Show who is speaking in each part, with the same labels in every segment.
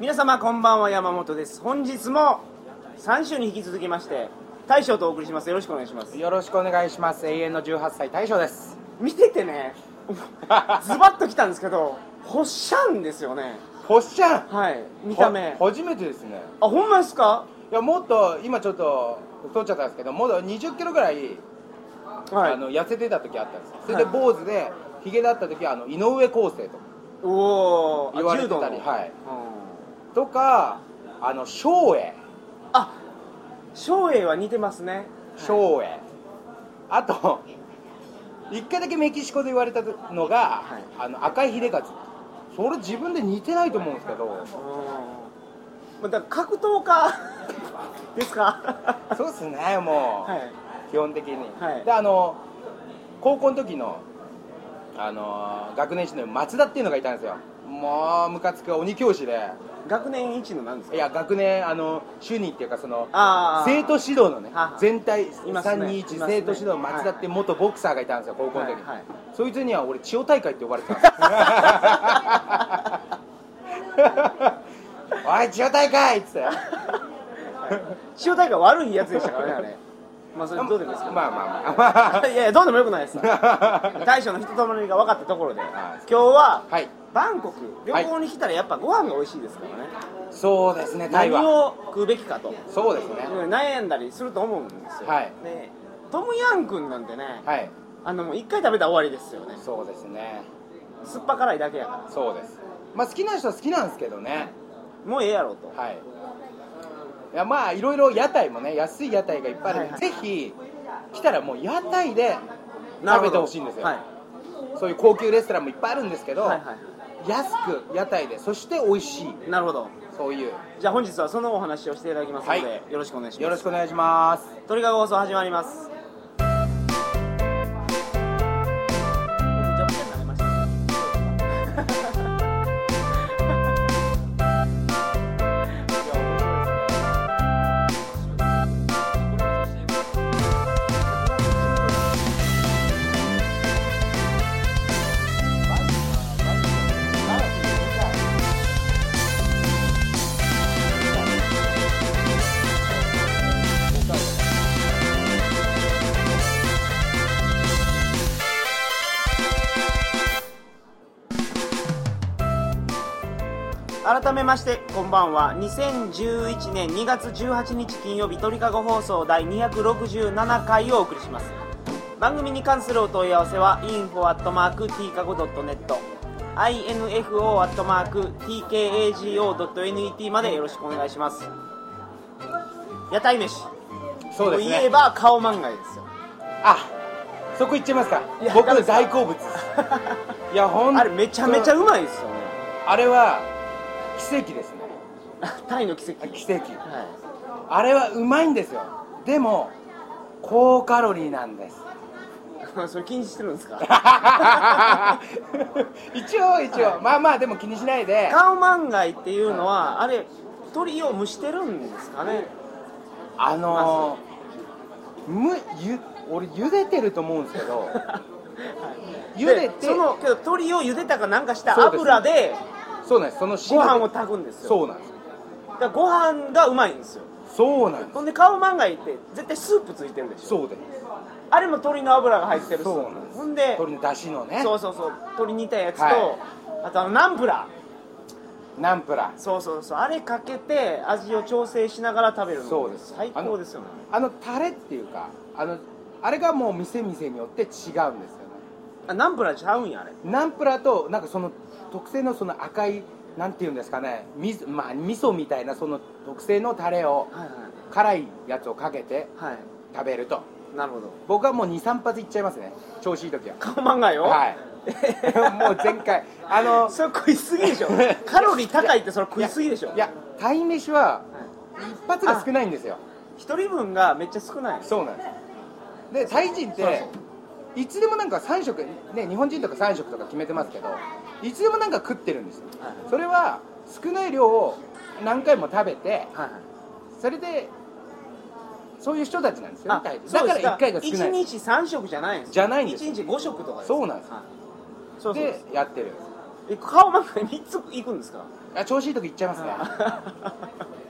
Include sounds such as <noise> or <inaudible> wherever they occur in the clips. Speaker 1: 皆様こんばんは山本です本日も3週に引き続きまして大将とお送りしますよろしくお願いします
Speaker 2: よろしくお願いします永遠の18歳大将です
Speaker 1: 見ててね <laughs> ズバッときたんですけどほっしゃんですよね
Speaker 2: ほっしゃん
Speaker 1: はい見た目あ
Speaker 2: ほ初めてですね
Speaker 1: ほんまですか
Speaker 2: いやもっと今ちょっと太っちゃったんですけどもっと2 0キロぐらい、
Speaker 1: はい
Speaker 2: あの痩せてた時あったんですよそれで
Speaker 1: はい
Speaker 2: 坊主でヒゲだった時はあの井上康生とか
Speaker 1: おお
Speaker 2: 言われてたり
Speaker 1: 柔道の
Speaker 2: はい
Speaker 1: うん
Speaker 2: とかあの照英
Speaker 1: あ照英は似てますね
Speaker 2: 照英あと一回だけメキシコで言われたのが、
Speaker 1: はい
Speaker 2: あの赤井秀勝それ自分で似てないと思うんですけ <laughs> ど
Speaker 1: うんまあだから格闘家 <laughs> ですか <laughs>
Speaker 2: そうっすねもう、
Speaker 1: はい
Speaker 2: 基本的に、
Speaker 1: はい
Speaker 2: であの高校の時のあの学年一の松田っていうのがいたんですよもうムカつく鬼教師で
Speaker 1: 学年一のなんですか
Speaker 2: いや学年あの主任っていうかその
Speaker 1: あー
Speaker 2: 生徒指導のね
Speaker 1: はいはい
Speaker 2: 全体
Speaker 1: いますね
Speaker 2: 321、
Speaker 1: いますね
Speaker 2: 生徒指導の松田って元ボクサーがいたんですよ高校の時に、
Speaker 1: はいはい
Speaker 2: そいつには俺千代大会って呼ばれてたん
Speaker 1: <laughs>
Speaker 2: ですよおい千代大会っつって
Speaker 1: 塩大が悪いやつでしたからねあ
Speaker 2: <laughs>
Speaker 1: れまあそれどうでもいいですけど、
Speaker 2: まあまあまあまあ
Speaker 1: いやいやどうでもよくないです
Speaker 2: は <laughs>
Speaker 1: 大将の人となりが分かったところで
Speaker 2: は
Speaker 1: 今
Speaker 2: い
Speaker 1: 日はいバンコク旅行に来たらやっぱご飯が美味しいですからね、
Speaker 2: そうですねタイ
Speaker 1: 何
Speaker 2: は
Speaker 1: を食うべきかと
Speaker 2: そうですね
Speaker 1: 悩んだりすると思うんですよ、
Speaker 2: はい
Speaker 1: でトムヤン君なんてね、
Speaker 2: はい
Speaker 1: あのもう一回食べたら終わりですよね
Speaker 2: そうですね
Speaker 1: 酸っぱ辛いだけやか
Speaker 2: そうですまあ好きな人は好きなんですけどね
Speaker 1: らもうええやろと
Speaker 2: はいいやまあいろいろ屋台もね安い屋台がいっぱいあるんで、
Speaker 1: はい
Speaker 2: ぜひ来たらもう屋台で
Speaker 1: なる
Speaker 2: 食
Speaker 1: ほ
Speaker 2: べ
Speaker 1: ど
Speaker 2: てほしいんですよ、
Speaker 1: はい
Speaker 2: そういう高級レストランもいっぱいあるんですけど、
Speaker 1: はいは
Speaker 2: 安く屋台でそして美味しい
Speaker 1: いなるほど
Speaker 2: そういう
Speaker 1: じゃあ本日はそのお話をしていただきますので、
Speaker 2: はい
Speaker 1: よろしくお願いします
Speaker 2: よろしくお願いします
Speaker 1: トリガー放送始まります。改めましてこんばんは2011年2月18日金曜日鳥かご放送第267回をお送りします番組に関するお問い合わせは info.tkago.net info.tkago.net までよろしくお願いします屋台飯
Speaker 2: そう
Speaker 1: と
Speaker 2: です
Speaker 1: いえ
Speaker 2: ね
Speaker 1: ば顔漫画ですよ
Speaker 2: あそこ行っちゃいますか
Speaker 1: いや
Speaker 2: 僕
Speaker 1: ダメ
Speaker 2: の
Speaker 1: ですか
Speaker 2: 大好物ですいやほんと
Speaker 1: あれめちゃめちゃうまいですよね <laughs>
Speaker 2: あれは奇跡ですね
Speaker 1: タイの奇跡
Speaker 2: 奇跡
Speaker 1: はい
Speaker 2: あれはうまいんですよでも高カロリーなんです <laughs>
Speaker 1: <laughs> それ禁止してるんですか
Speaker 2: 一応一応、まあまあでも気にしないで
Speaker 1: 顔漫画っていうのはあれ鳥を蒸してるんですかね
Speaker 2: あのー、むゆ俺茹でてると思うんですけど茹でて
Speaker 1: そのけど鳥を茹でたかなんかした
Speaker 2: そうです
Speaker 1: 油で
Speaker 2: そうなんですその
Speaker 1: ご飯を
Speaker 2: を
Speaker 1: 炊くんですよ
Speaker 2: そうなんです
Speaker 1: だからご飯がうまいんですよ
Speaker 2: そうなんです
Speaker 1: ほんで顔漫画って絶対スープついてるでしょ
Speaker 2: そうです
Speaker 1: あれも鶏の油が入ってるし
Speaker 2: そうなんです
Speaker 1: ほんで
Speaker 2: 鶏の出汁のね
Speaker 1: そうそうそう鶏煮たやつと、
Speaker 2: は
Speaker 1: あとあのナンプラー
Speaker 2: ナンプラー
Speaker 1: そうそうそうあれかけて味を調整しながら食べるの
Speaker 2: そうです
Speaker 1: 最高ですよね
Speaker 2: あのタレっていうかあのあれがもう店店によって違うんですよね
Speaker 1: あナンプラーちゃうんやあれ
Speaker 2: ナンプラーとなんかその特製のその赤いなんていうんですかねみずまあ味噌みたいなその特製のタレを
Speaker 1: はい
Speaker 2: 辛いやつをかけて
Speaker 1: はいはい
Speaker 2: 食べると
Speaker 1: なるほど
Speaker 2: 僕はもう23発いっちゃいますね調子いい時は
Speaker 1: 顔漫画よ <laughs>
Speaker 2: はい <laughs> もう全開あの
Speaker 1: それ食いすぎで
Speaker 2: <laughs>
Speaker 1: しょカロリー高いってそれ食いすぎでしょ
Speaker 2: いや鯛めしは
Speaker 1: はい
Speaker 2: 一発が少ないんですよ
Speaker 1: 一人分がめっちゃ少ない
Speaker 2: そうなんですでタイ人って
Speaker 1: そうそう
Speaker 2: いつでもなんか3食ね日本人とか3食とか決めてますけどいつでもなんか食ってるんですよ
Speaker 1: はいはい
Speaker 2: それは少ない量を何回も食べて
Speaker 1: はいはい
Speaker 2: それでそういう人たちなんですよね
Speaker 1: あ
Speaker 2: タイ人
Speaker 1: そ
Speaker 2: だ
Speaker 1: う
Speaker 2: か
Speaker 1: で
Speaker 2: ら
Speaker 1: す
Speaker 2: 1回が少ない
Speaker 1: 一日3食じゃないんです
Speaker 2: じゃないんです
Speaker 1: 1日5食とか
Speaker 2: そうなんです
Speaker 1: はいそうそう
Speaker 2: でやってる
Speaker 1: そうえ顔真ん中3ついくんですか
Speaker 2: あ調子いい時行っちゃいますね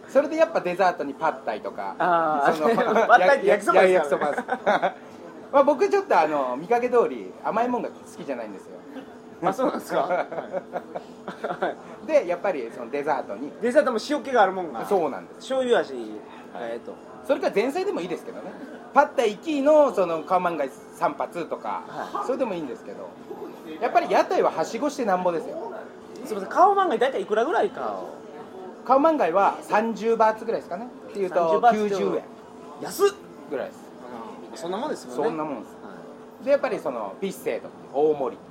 Speaker 2: それでやっぱデザートにパッタイとか
Speaker 1: あー
Speaker 2: その
Speaker 1: <laughs> パッタイって焼きそば
Speaker 2: や
Speaker 1: で
Speaker 2: 焼き
Speaker 1: す
Speaker 2: そ
Speaker 1: からね
Speaker 2: ばです <laughs> まあ僕ちょっとあの見かけ通り甘いもんが好きじゃないんですよ
Speaker 1: <laughs> あそうなんですか、はい
Speaker 2: <laughs> でやっぱりそのデザートに
Speaker 1: デザートも塩気があるもんが
Speaker 2: そうなんです
Speaker 1: 醤油味、
Speaker 2: はい
Speaker 1: えっ、と
Speaker 2: それから前菜でもいいですけどねパッタイキーのそのカマンガイ3発とか、
Speaker 1: は
Speaker 2: それでもいいんですけどやっぱり屋台ははしごしてなんぼですよ
Speaker 1: すみません顔漫画大体いくらぐらいか
Speaker 2: カマンガイは30バーツぐらいですかねっていう
Speaker 1: 30
Speaker 2: と
Speaker 1: バーツ
Speaker 2: 90円
Speaker 1: 安っ
Speaker 2: ぐらいです
Speaker 1: そんなもんですもんね
Speaker 2: そんなもんです
Speaker 1: はい
Speaker 2: でやっぱりそのビッセーとか大盛り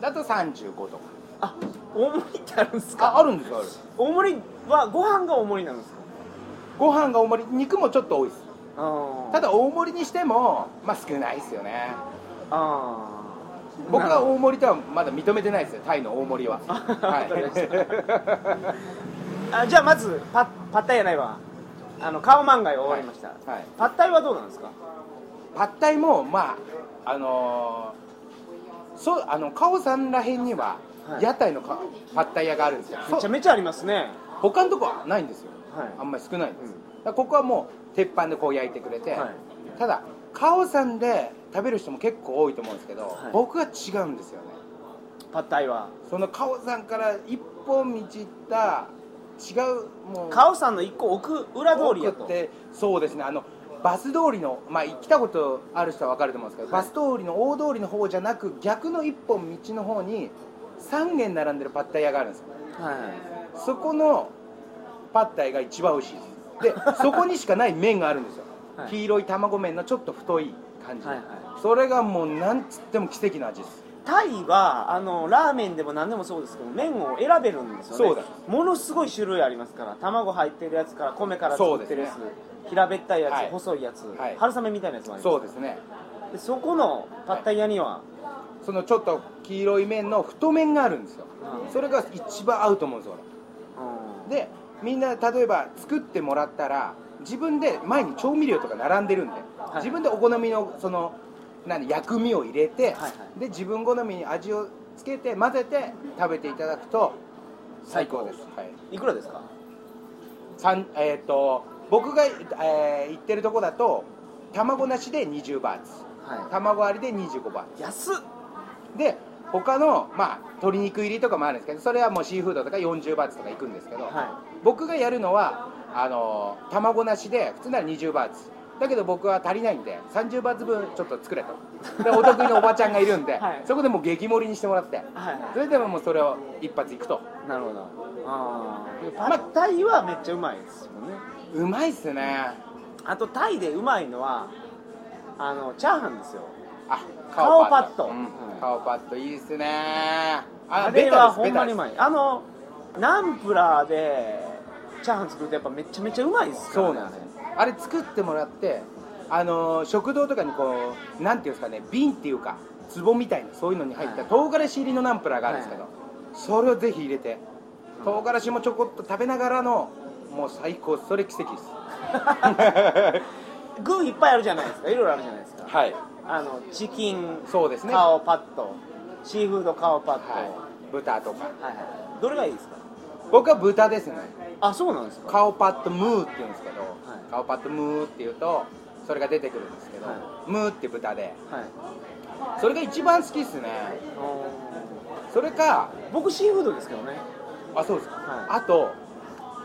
Speaker 2: だと35とか
Speaker 1: あ大盛りってあるんです
Speaker 2: あ
Speaker 1: か
Speaker 2: あるんですよある
Speaker 1: 大盛りはご飯が大盛りなんですか
Speaker 2: ご飯が大盛り肉もちょっと多いです
Speaker 1: あ
Speaker 2: ただ大盛りにしてもまあ少ないですよね
Speaker 1: あー
Speaker 2: 僕
Speaker 1: な
Speaker 2: は
Speaker 1: るほど
Speaker 2: 大盛りとはまだ認めてないですよタイの大盛りは、
Speaker 1: わかりまし
Speaker 2: は
Speaker 1: <laughs> あじゃあまずパパッタイやないわあの顔漫画が終わりました、
Speaker 2: い、はい、
Speaker 1: パッタイはどうなんですか
Speaker 2: パッタイもまああのーそうあのカオさんらへんには
Speaker 1: はい
Speaker 2: 屋台のかパッタイ屋があるんですよ
Speaker 1: めちゃ
Speaker 2: そう
Speaker 1: めちゃありますね
Speaker 2: 他のとこはないんですよ
Speaker 1: はい
Speaker 2: あんまり少ないんです、
Speaker 1: うん
Speaker 2: だからここはもう鉄板でこう焼いてくれて、
Speaker 1: はい
Speaker 2: ただカオさんで食べる人も結構多いと思うんですけど、
Speaker 1: はい
Speaker 2: 僕は違うんですよね
Speaker 1: パッタイは
Speaker 2: そのカオさんから一本道行った違うもう
Speaker 1: カオさんの一個奥裏通りや
Speaker 2: 奥
Speaker 1: と
Speaker 2: ってそうですねあのバス通りのまあ来たことある人は分かると思うんですけど、
Speaker 1: はい
Speaker 2: バス通りの大通りの方じゃなく逆の一本道の方に3軒並んでるパッタイ屋があるんですよ
Speaker 1: は
Speaker 2: そこのパッタイが一番美味しい
Speaker 1: <laughs>
Speaker 2: ですでそこにしかない麺があるんですよ、
Speaker 1: はい
Speaker 2: 黄色い卵麺のちょっと太い感じの、
Speaker 1: はいは
Speaker 2: それがもうなんつっても奇跡の味です
Speaker 1: いタイはあのラーメンでも何でもそうですけど麺を選べるんですよね
Speaker 2: そうだ
Speaker 1: ものすごい種類ありますから卵入ってるやつから米から作ってるやつ、
Speaker 2: そうで
Speaker 1: 平べったいやつ、
Speaker 2: はい
Speaker 1: 細いやつ、
Speaker 2: はい
Speaker 1: 春雨みたいなやつもあります
Speaker 2: そうですね
Speaker 1: でそこのパッタイ屋には、
Speaker 2: そのちょっと黄色い麺の太麺があるんですよ、
Speaker 1: うん
Speaker 2: それが一番合うと思うんですよ俺
Speaker 1: うん
Speaker 2: でみんな例えば作ってもらったら自分で前に調味料とか並んでるんで、
Speaker 1: い
Speaker 2: 自分でお好みのその何薬味を入れ
Speaker 1: は
Speaker 2: て、
Speaker 1: いはい
Speaker 2: で自分好みに味をつけて混ぜて食べていただくと最高です、はい
Speaker 1: いくらですか
Speaker 2: さんえー、と僕が、えー行ってるとこだと卵なしで20バーツ
Speaker 1: は
Speaker 2: 卵ありで25バー
Speaker 1: い安っ
Speaker 2: ツで他の、まあ、鶏肉入りとかもあるんですけどそれはもうシーフードとか40バーツとか行くんですけど、
Speaker 1: は
Speaker 2: 僕がやるのはあの卵なしで普通なら20バーツだけど僕は足りないんで30バーツ分ちょっと作れとでお得意のおばちゃんがいるんで、
Speaker 1: はい
Speaker 2: そこでもう激盛りにしてもらって
Speaker 1: いは
Speaker 2: それでももうそれを一発いくと
Speaker 1: いなるほどあーでパッタイはめっちゃうまいですもんね
Speaker 2: うまいっすね
Speaker 1: あとタイでうまいのはあのチャーハンですよ
Speaker 2: あ
Speaker 1: 顔パッド
Speaker 2: うん
Speaker 1: うん
Speaker 2: 顔パッドいいっすね
Speaker 1: あ
Speaker 2: あ
Speaker 1: れはほ
Speaker 2: ベ
Speaker 1: ん
Speaker 2: タ
Speaker 1: まに
Speaker 2: です
Speaker 1: うまいあのナンプラーでチャーハン作るとやっぱめちゃめちゃうまいですから、ね、
Speaker 2: そうなんですよあれ作ってもらってあのー食堂とかにこうなんていうんですかね瓶っていうか壺みたいなそういうのに入った
Speaker 1: はい
Speaker 2: 唐辛子入りのナンプラーがあるんですけど、
Speaker 1: は
Speaker 2: それをぜひ入れて
Speaker 1: うん
Speaker 2: 唐辛子もちょこっと食べながらのもう最高それ奇跡です
Speaker 1: 具いっぱいあるじゃないですかいろいろあるじゃないですか
Speaker 2: はい
Speaker 1: あのチキン
Speaker 2: そうですね
Speaker 1: カオパッドシーフードカオパッド、
Speaker 2: はい豚とか
Speaker 1: はいはいどれがいいですか
Speaker 2: 僕は豚ですね
Speaker 1: あそうなんですか
Speaker 2: カオパッドムーって言うんですけど、
Speaker 1: い
Speaker 2: カオパッドムーっていうとそれが出てくるんですけど、
Speaker 1: はい
Speaker 2: ムーって豚で
Speaker 1: はい
Speaker 2: それが一番好きっすね
Speaker 1: お
Speaker 2: それか
Speaker 1: ー僕シーフードですけどね
Speaker 2: あそうですか、
Speaker 1: はい
Speaker 2: あと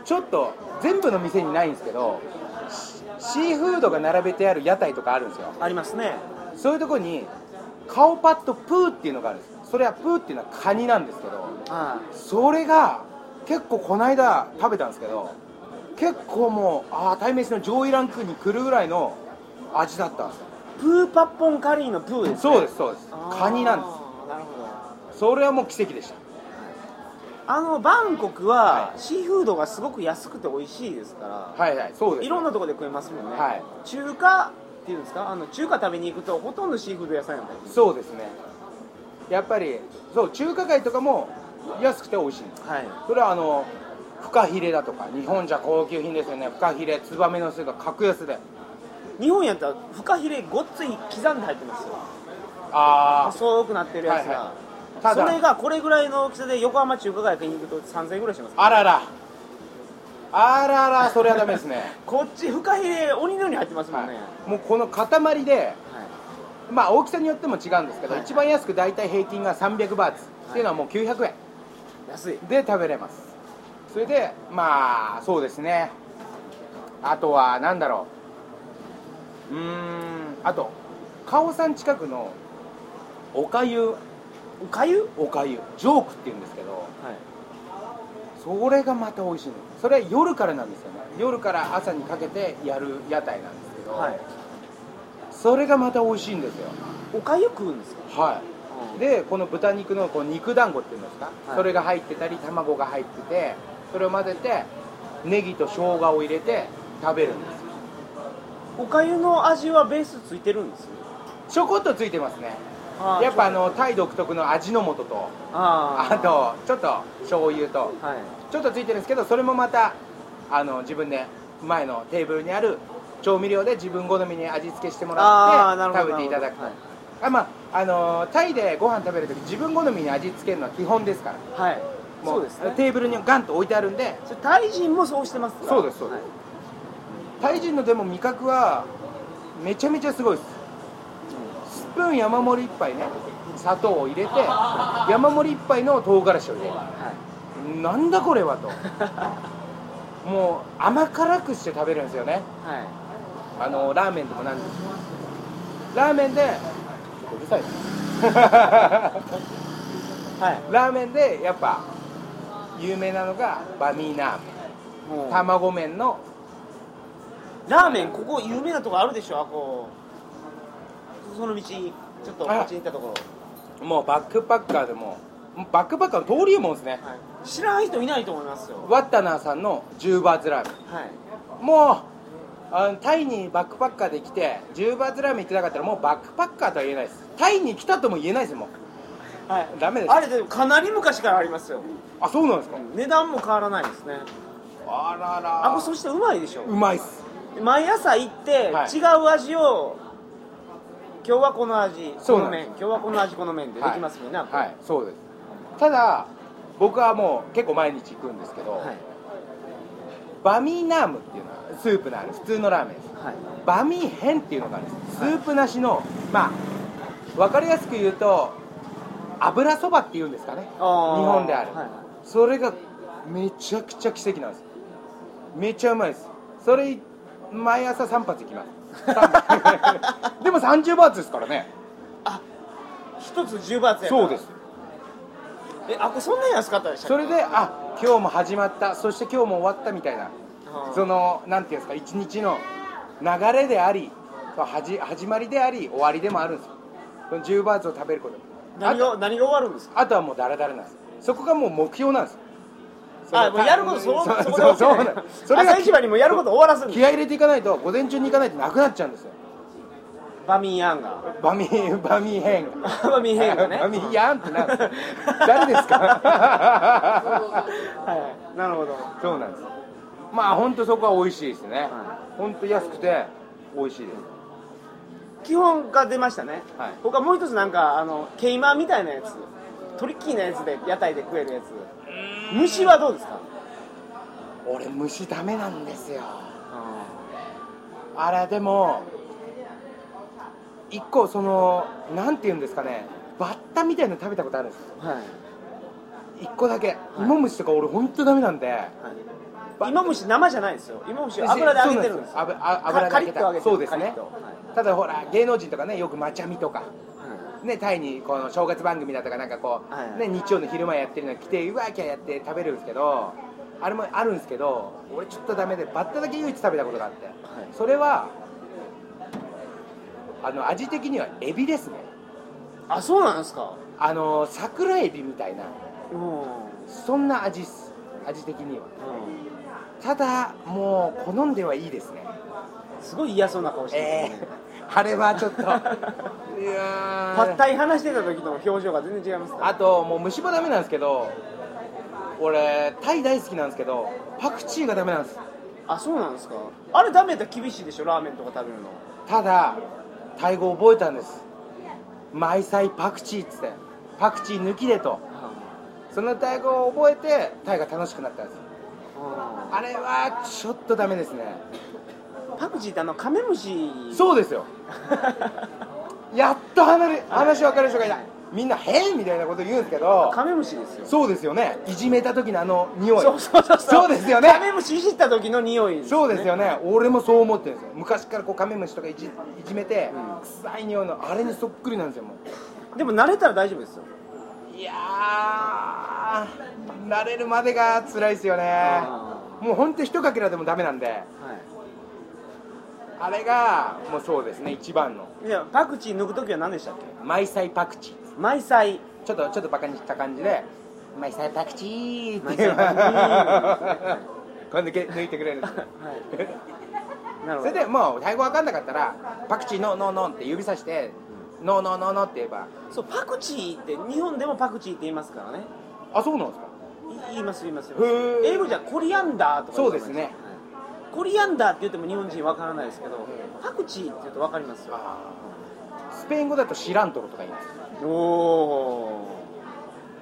Speaker 2: ちょっと全部の店にないんですけどシシーフードが並べてある屋台とかあるんですよ
Speaker 1: ありますね
Speaker 2: そういうとこにカオパッドプーっていうのがあるんですそれはプーっていうのはカニなんですけど
Speaker 1: あ
Speaker 2: それが結構この間食べたんですけど結構もうああ鯛飯の上位ランクに来るぐらいの味だったんですよ
Speaker 1: プーパッポンカリーのプーです、ね、
Speaker 2: そうですそうです
Speaker 1: あー
Speaker 2: カニなんで
Speaker 1: なるほど
Speaker 2: すそれはもう奇跡でした
Speaker 1: あのバンコクは
Speaker 2: は
Speaker 1: シーフードがすごく安くて美味しいですから、
Speaker 2: はいはいそうです
Speaker 1: いろんなとこで食えますもんね、
Speaker 2: はい
Speaker 1: 中華っていうんですかあの中華食べに行くとほとんどシーフード屋さんやったり
Speaker 2: そうですねやっぱりそう中華街とかも安くて美味しいんです
Speaker 1: はい
Speaker 2: それはあのフカヒレだとか日本じゃ高級品ですよねフカヒレツバメの巣が格安で
Speaker 1: 日本やったらフカヒレごっつい刻んで入ってますよ
Speaker 2: ああ
Speaker 1: 細くなってるやつが、
Speaker 2: はいはた
Speaker 1: そ
Speaker 2: だ
Speaker 1: れがこれぐらいの大きさで横浜中華街に行くと3000円ぐらいします
Speaker 2: あららあららそれはダメですね、
Speaker 1: <laughs> こっちフカヒレ鬼のように入ってますもんね、
Speaker 2: はい、もうこの塊で
Speaker 1: はい
Speaker 2: まあ大きさによっても違うんですけど、
Speaker 1: はい
Speaker 2: 一番安く大体平均が300バーツっていうのはもう900円
Speaker 1: 安い
Speaker 2: で食べれますそれでまあそうですねあとは何だろううーんあとカオさん近くのおかゆ
Speaker 1: おかゆ
Speaker 2: おかゆジョークっていうんですけど
Speaker 1: はい
Speaker 2: それがまた美味しいのそれは夜からなんですよね夜から朝にかけてやる屋台なんですけど、
Speaker 1: はい
Speaker 2: それがまた美味しいんですよ
Speaker 1: おかゆ食うんですか、
Speaker 2: はいでこの豚肉のこう肉団子っていうんですか、
Speaker 1: はい
Speaker 2: それが入ってたり卵が入っててそれを混ぜてネギと生姜を入れて食べるんですよ
Speaker 1: おかゆの味はベースついてるんです
Speaker 2: ちょこっとついてますねやっぱあのタイ独特の味の素と
Speaker 1: あー
Speaker 2: あとちょっと醤油と
Speaker 1: はい
Speaker 2: ちょっとついてるんですけどそれもまたあの自分で前のテーブルにある調味料で自分好みに味付けしても
Speaker 1: あ
Speaker 2: ら
Speaker 1: あなる
Speaker 2: っ
Speaker 1: ほ
Speaker 2: て
Speaker 1: ど
Speaker 2: 食べていただくと
Speaker 1: はい
Speaker 2: あまああのタイでご飯食べるとき自分好みに味付けるのは基本ですから
Speaker 1: はい
Speaker 2: も
Speaker 1: そうですね
Speaker 2: テーブルにガンと置いてあるんで
Speaker 1: それタイ人もそうしてますから
Speaker 2: そうですそうで
Speaker 1: は
Speaker 2: す
Speaker 1: い
Speaker 2: タイ人のでも味覚はめちゃめちゃすごいですスプーン山盛り一杯ね砂糖を入れて山盛り一杯の唐辛子を入れ
Speaker 1: はい
Speaker 2: るなんだこれはともう甘辛くして食べるんですよ <laughs> ね
Speaker 1: はい
Speaker 2: あのラーメンとかなんですラーメンでうるさいね
Speaker 1: はい
Speaker 2: <laughs> ラーメンでやっぱ有名なのがバミーナーメ
Speaker 1: も
Speaker 2: ン
Speaker 1: う
Speaker 2: 卵麺の
Speaker 1: ラーメンここ有名なとこあるでしょあこうその道ちょっとこっちに行ったとこ
Speaker 2: もうバックパッカーでももうバックパッカーの登竜門ですね
Speaker 1: ろ、はい、知らん人いないと思いますよ
Speaker 2: ワッタナーさんの10バーツラーメ
Speaker 1: はい
Speaker 2: ンもうあのタイにバックパッカーで来て10バーツラーメン行ってなかったらもうバックパッカーとは言えないですタイに来たとも言えないですもん
Speaker 1: はい
Speaker 2: ダメです
Speaker 1: あれでもかなり昔からありますよ
Speaker 2: あそうなんですか
Speaker 1: 値段も変わらないですね
Speaker 2: あらら
Speaker 1: あこれそしてうまいでしょ
Speaker 2: うまいっす
Speaker 1: 毎朝行って
Speaker 2: はい
Speaker 1: 違う味を今日はこの味
Speaker 2: そ
Speaker 1: こ
Speaker 2: う
Speaker 1: の
Speaker 2: なんで
Speaker 1: 麺今
Speaker 2: す
Speaker 1: 日はこの味この麺でできますもんね
Speaker 2: はい、はいそうですただ僕はもう結構毎日行くんですけど、
Speaker 1: はい
Speaker 2: バミーナームっていうのはスープのある普通のラーメンです
Speaker 1: はい
Speaker 2: バミーヘンっていうのがあるんですスープなしのまあ分かりやすく言うと油そばっていうんですかね日
Speaker 1: あー
Speaker 2: 本である、
Speaker 1: はい
Speaker 2: それがめちゃくちゃ奇跡なんですめちゃうまいですそれ毎朝3発いきますでも30バーツですからね
Speaker 1: 一つ10バーツやから
Speaker 2: そうです
Speaker 1: えあこれそんなに安かったでしたっけ
Speaker 2: それであ今日も始まったそして今日も終わったみたいな
Speaker 1: あー
Speaker 2: そのなんていうんですか一日の流れでありはじ始まりであり終わりでもあるんですよその10バーツを食べることあ
Speaker 1: 何
Speaker 2: と
Speaker 1: が何が終わるんですか
Speaker 2: あとはもうダラダラなんですそこがもう目標なんですその
Speaker 1: あもうやることその
Speaker 2: そう
Speaker 1: そこで
Speaker 2: そう
Speaker 1: 終
Speaker 2: そう
Speaker 1: わ
Speaker 2: な
Speaker 1: る
Speaker 2: んですそれが
Speaker 1: 朝一番にもうやること終わらすんです
Speaker 2: 気合い入れていかないと午前中に行かないとなくなっちゃうんですよ
Speaker 1: バミヤン
Speaker 2: <laughs>
Speaker 1: が
Speaker 2: バミバミヘン
Speaker 1: バミヘンがね
Speaker 2: バミヤンってなるんですよ誰ですか
Speaker 1: <laughs> はいなるほど
Speaker 2: そうなんですまあ本当そこは美味しいですね
Speaker 1: は
Speaker 2: 本当安くて美味しいです
Speaker 1: 基本が出ましたね、
Speaker 2: はい
Speaker 1: 他もう一つなんかあのケイマーみたいなやつトリッキーなやつで屋台で食えるやつ虫はどうですか
Speaker 2: 俺虫ダメなんですよあれでも一個そのなんて言うんですかねバッタみたいなの食べたことあるんですよ
Speaker 1: はい
Speaker 2: 一個だけ芋虫とか俺本当ダメなんで
Speaker 1: はい、芋虫生じゃないですよ芋虫は油で揚げてるんです
Speaker 2: そう
Speaker 1: よ
Speaker 2: なんですよ油油で
Speaker 1: カ
Speaker 2: 揚
Speaker 1: リ
Speaker 2: げ
Speaker 1: ッ
Speaker 2: た
Speaker 1: と揚げてる
Speaker 2: そうです
Speaker 1: カリッ
Speaker 2: ね
Speaker 1: とはい
Speaker 2: ただほら芸能人とかねよくまちゃみとか
Speaker 1: は
Speaker 2: ねタイにこの正月番組だとかなんかこう、
Speaker 1: はいはい
Speaker 2: ね日曜の昼間やってるの来てうわーきゃやって食べるんですけどあれもあるんですけど俺ちょっとダメでバッタだけ唯一食べたことがあって、
Speaker 1: い
Speaker 2: それはあの味的にはエビですね
Speaker 1: いあそうなんですか
Speaker 2: あの桜エビみたいな
Speaker 1: うん、
Speaker 2: そんな味っす味的にはただもう好んではいいですね
Speaker 1: すごい嫌そうな顔してる、
Speaker 2: ええ <laughs> あれはち
Speaker 1: <laughs>
Speaker 2: ょっといやー
Speaker 1: パッタイ話してた時との表情が全然違いますから
Speaker 2: あともう虫歯ダメなんですけど俺タイ大好きなんですけどパクチーがダメなんです
Speaker 1: あそうなんですかあれダメだ厳しいでしょラーメンとか食べるの
Speaker 2: ただタイ語覚えたんです毎イパクチーっつってパクチー抜きでとそのタイ語を覚えてタイが楽しくなったんですあれはちょっとダメですね
Speaker 1: パクチーってあのカメムシ
Speaker 2: そうですよやっと話れ話分かる人がいないみんな「へえ!」みたいなこと言うんですけ
Speaker 1: <laughs>
Speaker 2: ど
Speaker 1: カメムシですよ
Speaker 2: そうですよねいじめた時のあの匂い
Speaker 1: そうそうそう
Speaker 2: そうですよね
Speaker 1: カメムシいじった時の匂い、
Speaker 2: そうですよね俺もそう思ってるんですよ昔からこうカメムシとかいじいじめて、
Speaker 1: うん
Speaker 2: 臭い匂いのあれにそっくりなんですよも
Speaker 1: でも慣れたら大丈夫ですよ
Speaker 2: ういやー慣れるまでが辛いですよね
Speaker 1: あ
Speaker 2: もうほんと一かけらでもダメなんで
Speaker 1: は
Speaker 2: あれがもうそうですね一番の
Speaker 1: いいやパクチー抜く時は何でしたっけ
Speaker 2: マイサイパクチー
Speaker 1: マイ <laughs> サイ
Speaker 2: ちょっとちょっとバカにした感じで「マイサイパクチー」って
Speaker 1: マイサイパ
Speaker 2: これ抜け抜いてくれるんですよ
Speaker 1: はいなる
Speaker 2: そ
Speaker 1: ほ
Speaker 2: れ
Speaker 1: ど
Speaker 2: でもうタイ語わかんなかったら「パクチーノーノーノー」って指さして「ノーノーノーノー」って言えば
Speaker 1: そうパクチーって日本でもパクチーって言いますからね
Speaker 2: あそうなんですか
Speaker 1: い言います言いますよ
Speaker 2: へえ
Speaker 1: 英語じゃコリアンダーとか言
Speaker 2: そうですね
Speaker 1: はいコリアンダーって言っても日本人わからないですけど、パクチーって言うとわかりますよ
Speaker 2: スペイン語だとシラントロとか言います
Speaker 1: お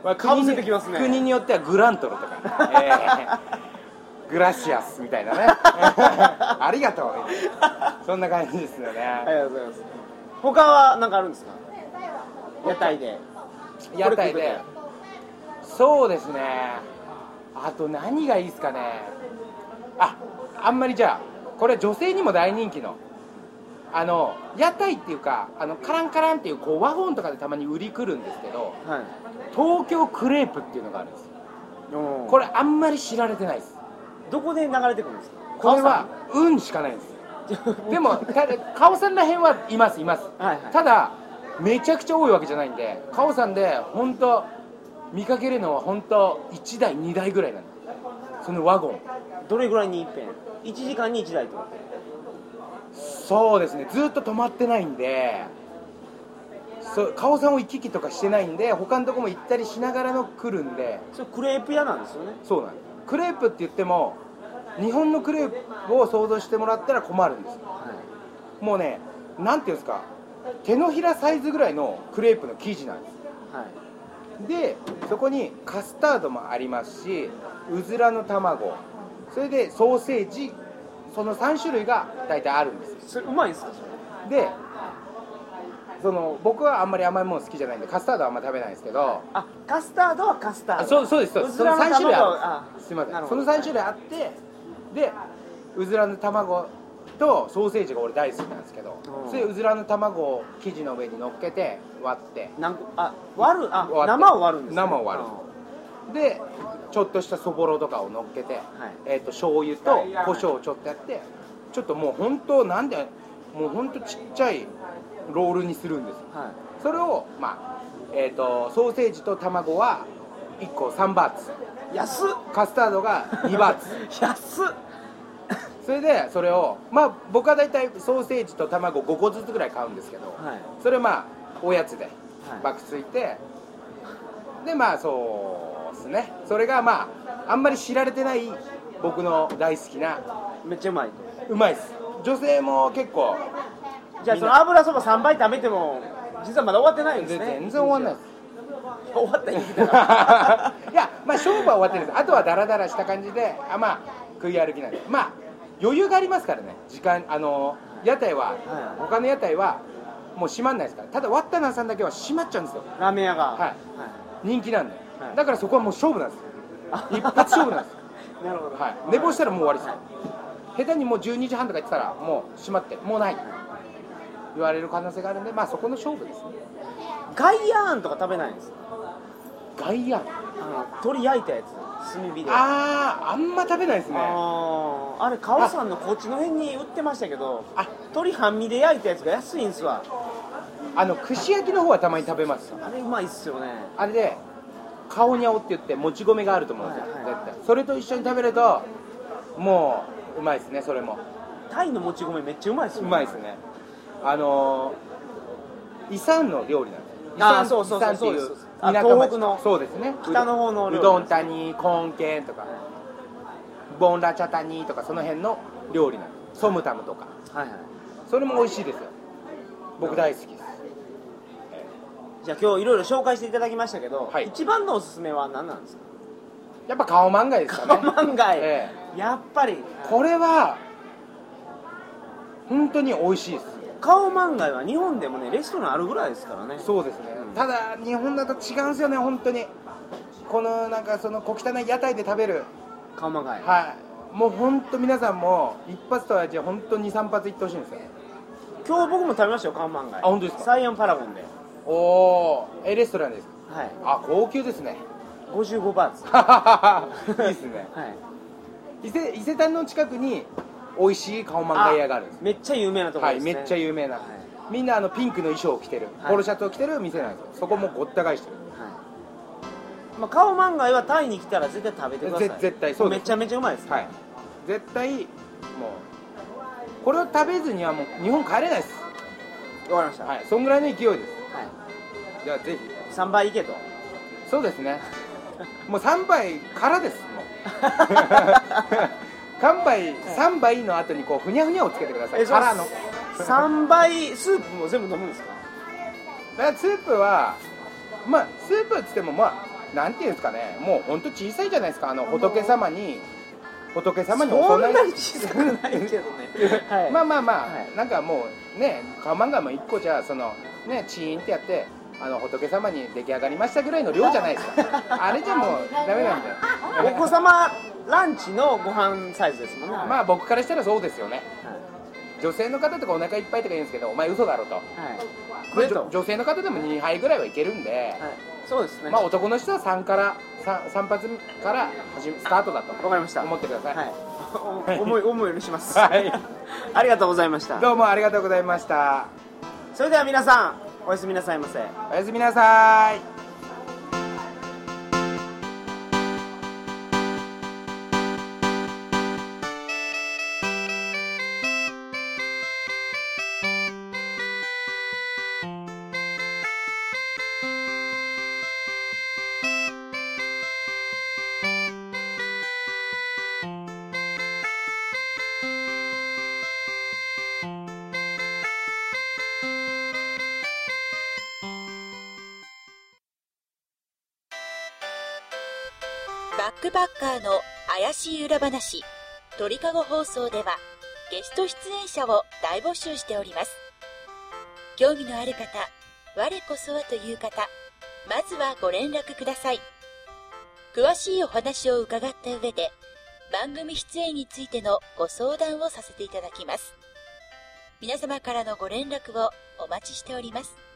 Speaker 1: おかぶせてきますね
Speaker 2: 国に国によってはグラントロとか、
Speaker 1: <laughs>
Speaker 2: えーグラシアスみたいなね <laughs> ありがとうそんな感じですよ
Speaker 1: あり
Speaker 2: ね
Speaker 1: がとうございます他は何かあるんですか屋台で
Speaker 2: 屋台
Speaker 1: これ食
Speaker 2: で
Speaker 1: う
Speaker 2: そうですねあと何がいいですかねああんまりじゃあこれ女性にも大人気のあの屋台っていうかあのカランカランっていうこうワゴンとかでたまに売り来るんですけど
Speaker 1: とはい
Speaker 2: 東京クレープっていうのがあるんです
Speaker 1: おー
Speaker 2: これあんまり知られてないです
Speaker 1: どこで流れてくるんですか
Speaker 2: これは運しかないんですでもたカオさんらへんはいますいます
Speaker 1: <laughs> はいはい
Speaker 2: ただめちゃくちゃ多いわけじゃないんでカオさんで本当見かけるのは本当1台2台ぐらいなんでそのワゴン
Speaker 1: どれぐらいに一遍1時間に1台とか
Speaker 2: そうですねずっと止まってないんでそうカオさんを行き来とかしてないんで他のとこも行ったりしながらの来るんで
Speaker 1: それクレープ屋なんですよね
Speaker 2: そうなんですクレープって言っても日本のクレープを想像してもらったら困るんです
Speaker 1: はい
Speaker 2: もうねなんていうんですか手のひらサイズぐらいのクレープの生地なんです
Speaker 1: はい
Speaker 2: でそこにカスタードもありますしうずらの卵それでソーセージその3種類が大体あるんです
Speaker 1: それうまいんですかそれ
Speaker 2: でその僕はあんまり甘いもの好きじゃないんでカスタードはあんま食べないんですけど
Speaker 1: あカスタードはカスター
Speaker 2: あ
Speaker 1: ド
Speaker 2: そうそうですそうです
Speaker 1: う
Speaker 2: そ
Speaker 1: ずら
Speaker 2: の
Speaker 1: の
Speaker 2: 3
Speaker 1: 卵
Speaker 2: 種類あ
Speaker 1: は
Speaker 2: るすいませ
Speaker 1: なる
Speaker 2: んそ
Speaker 1: ほ
Speaker 2: の
Speaker 1: ど
Speaker 2: 3種類あってでうずらの卵とソーセージが俺大好きなんですけど
Speaker 1: うん
Speaker 2: それでうずらの卵を生地の上に乗っけて割って
Speaker 1: なんかあ割るあ
Speaker 2: 割って
Speaker 1: 生を割るんです、ね、
Speaker 2: 生を割るでちょっとしたそぼろとかを乗っけて、えっと醤油と胡椒をちょっとやってちょっともう本当なんでもう本当ちっちゃいロールにするんですよ
Speaker 1: あはい
Speaker 2: それをまあえっ、とソーセージと卵は1個3バーツ
Speaker 1: はい安っ
Speaker 2: カスタードが2バーツ
Speaker 1: <laughs> 安っ
Speaker 2: それでそれをまあ僕は大体ソーセージと卵5個ずつぐらい買うんですけど
Speaker 1: はい
Speaker 2: それをまあおやつで
Speaker 1: はい
Speaker 2: バクついて、でまあそうですねそれがまああんまり知られてない僕の大好きな
Speaker 1: めっちゃうまいと
Speaker 2: うまいです女性も結構
Speaker 1: じゃあ
Speaker 2: みんな
Speaker 1: その油そば3杯食べても実はまだ終わってないん
Speaker 2: 全
Speaker 1: ですね
Speaker 2: 然終わんないです
Speaker 1: いや終わった言い
Speaker 2: い
Speaker 1: 方
Speaker 2: <laughs> やまあ勝負は終わってるんですあとはダラダラした感じであまあ食い歩きなんですまあ余裕がありますからね時間あの屋台は、
Speaker 1: はい
Speaker 2: 他の屋台はもう閉まんないですからただワッタナーさんだけは閉まっちゃうんですよ
Speaker 1: ラーメン屋が
Speaker 2: はい人気なんで、
Speaker 1: はい
Speaker 2: だからそこはもう勝負なんです
Speaker 1: あ
Speaker 2: 一発勝負なんです
Speaker 1: <laughs> なるほど
Speaker 2: はい、寝坊したらもう終わりですよ、下手にもう12時半とか言ってたらもう閉まってもうない言われる可能性があるんでまあそこの勝負ですね
Speaker 1: ガイヤーンとか食べないんです
Speaker 2: 外野
Speaker 1: あの鶏焼いたやつ炭火であ
Speaker 2: あーあんま食べないですねあ
Speaker 1: あーあれ川さんのこっちの辺に売ってましたけど
Speaker 2: あ
Speaker 1: 鶏半身で焼いたやつが安いんすわ
Speaker 2: の串焼きの方はたまに食べます
Speaker 1: あれうまいっすよね
Speaker 2: あれで顔にゃおって言ってもち米があると思うんですよ、
Speaker 1: はいはいはい
Speaker 2: 絶対それと一緒に食べるともううまいですねそれも
Speaker 1: タイのもち米めっちゃうまいっすよ
Speaker 2: う
Speaker 1: ね
Speaker 2: まいですねあのー、イサンの料理なんですよイサン
Speaker 1: あーそうそうそう
Speaker 2: イサンって
Speaker 1: そ
Speaker 2: い
Speaker 1: う
Speaker 2: う
Speaker 1: ですあ
Speaker 2: 田舎
Speaker 1: 東
Speaker 2: 町
Speaker 1: 北の
Speaker 2: そうですね
Speaker 1: 北の方の料理
Speaker 2: うどんたにコーンケンとかボンラチャタニとかその辺の料理なんですソムタムとか
Speaker 1: はいはい
Speaker 2: それも美味しいですよ僕大好きです
Speaker 1: じゃあ今日いろいろ紹介していただきましたけど、
Speaker 2: はい
Speaker 1: 一番のおすすめは何なんですか
Speaker 2: やっぱ顔漫画ですかね
Speaker 1: 漫画
Speaker 2: え
Speaker 1: やっぱり
Speaker 2: これは本当に美味しいです
Speaker 1: 顔漫画は日本でもねレストランあるぐらいですからね
Speaker 2: そうですね、
Speaker 1: うん
Speaker 2: ただ日本だと違うんですよね本当にこのなんかその小汚い屋台で食べる
Speaker 1: 顔漫画
Speaker 2: はいもう本当皆さんも一発とはじゃ本当に23発いってほしいんですよ
Speaker 1: 今日僕も食べましたよ顔漫画
Speaker 2: あ本当ですか
Speaker 1: サイアンパラゴンで
Speaker 2: おおえレストランです
Speaker 1: はい
Speaker 2: あ高級ですね
Speaker 1: 55バーツ
Speaker 2: <laughs> いいです <laughs> ね
Speaker 1: はい
Speaker 2: 伊勢伊勢丹の近くに美味しい顔漫画屋があるんです
Speaker 1: めっちゃ有名なとこ
Speaker 2: は
Speaker 1: ろで
Speaker 2: い
Speaker 1: すね
Speaker 2: めっちゃ有名な、
Speaker 1: はい
Speaker 2: みんなあのピンクの衣装を着てる、
Speaker 1: はい
Speaker 2: ポロシャツを着てる店なんですよそこもごった返してる
Speaker 1: はいまあ、顔漫画はタイに来たら絶対食べてください
Speaker 2: ぜ絶対そうです
Speaker 1: めちゃめちゃうまいです、
Speaker 2: はい絶対もうこれを食べずにはもう日本帰れないです
Speaker 1: わかりました、
Speaker 2: はいそんぐらいの勢いです
Speaker 1: はい
Speaker 2: じゃあぜひ
Speaker 1: 3倍いけと
Speaker 2: そうですねもう3杯からです <laughs> もう乾杯3杯の後にこうふにゃふにゃをつけてくださいから <laughs> の
Speaker 1: 3倍スープも全部飲むんですか
Speaker 2: だからスープはまあスープっつってもまあなんていうんですかねもうほんと小さいじゃないですかあの仏様に仏様にお
Speaker 1: そん
Speaker 2: 供
Speaker 1: な
Speaker 2: え
Speaker 1: に小さくないけどね
Speaker 2: <laughs>
Speaker 1: はい、
Speaker 2: まあまあまあ、
Speaker 1: はい
Speaker 2: なんかもうねカマンガも1個じゃそのねチーンってやってあの仏様に出来上がりましたぐらいの量じゃないですか
Speaker 1: <laughs>
Speaker 2: あれじゃもうダメなんだよ
Speaker 1: お子様ランチのご飯サイズですもんね、
Speaker 2: ま
Speaker 1: は
Speaker 2: あ僕からしたらそうですよね
Speaker 1: い
Speaker 2: 女性の方とかお腹いっぱいとか言うんですけどお前嘘だろと
Speaker 1: はい
Speaker 2: まあ
Speaker 1: グレート
Speaker 2: 女女性の方でも2杯ぐらいはいけるんで、
Speaker 1: はい、そうですね
Speaker 2: まあ男の人は3から三三発から始めスタートだと
Speaker 1: わかりました
Speaker 2: 思ってください、
Speaker 1: はいお思い思いを許します、
Speaker 2: は
Speaker 1: <laughs>
Speaker 2: い
Speaker 1: ありがとうございました
Speaker 2: どうもありがとうございました
Speaker 1: それでは皆さんおやすみなさいませ
Speaker 2: おやすみなさい
Speaker 3: バックパッカーの怪しい裏話、鳥かご放送では、ゲスト出演者を大募集しております。興味のある方、我こそはという方、まずはご連絡ください。詳しいお話を伺った上で、番組出演についてのご相談をさせていただきます。皆様からのご連絡をお待ちしております。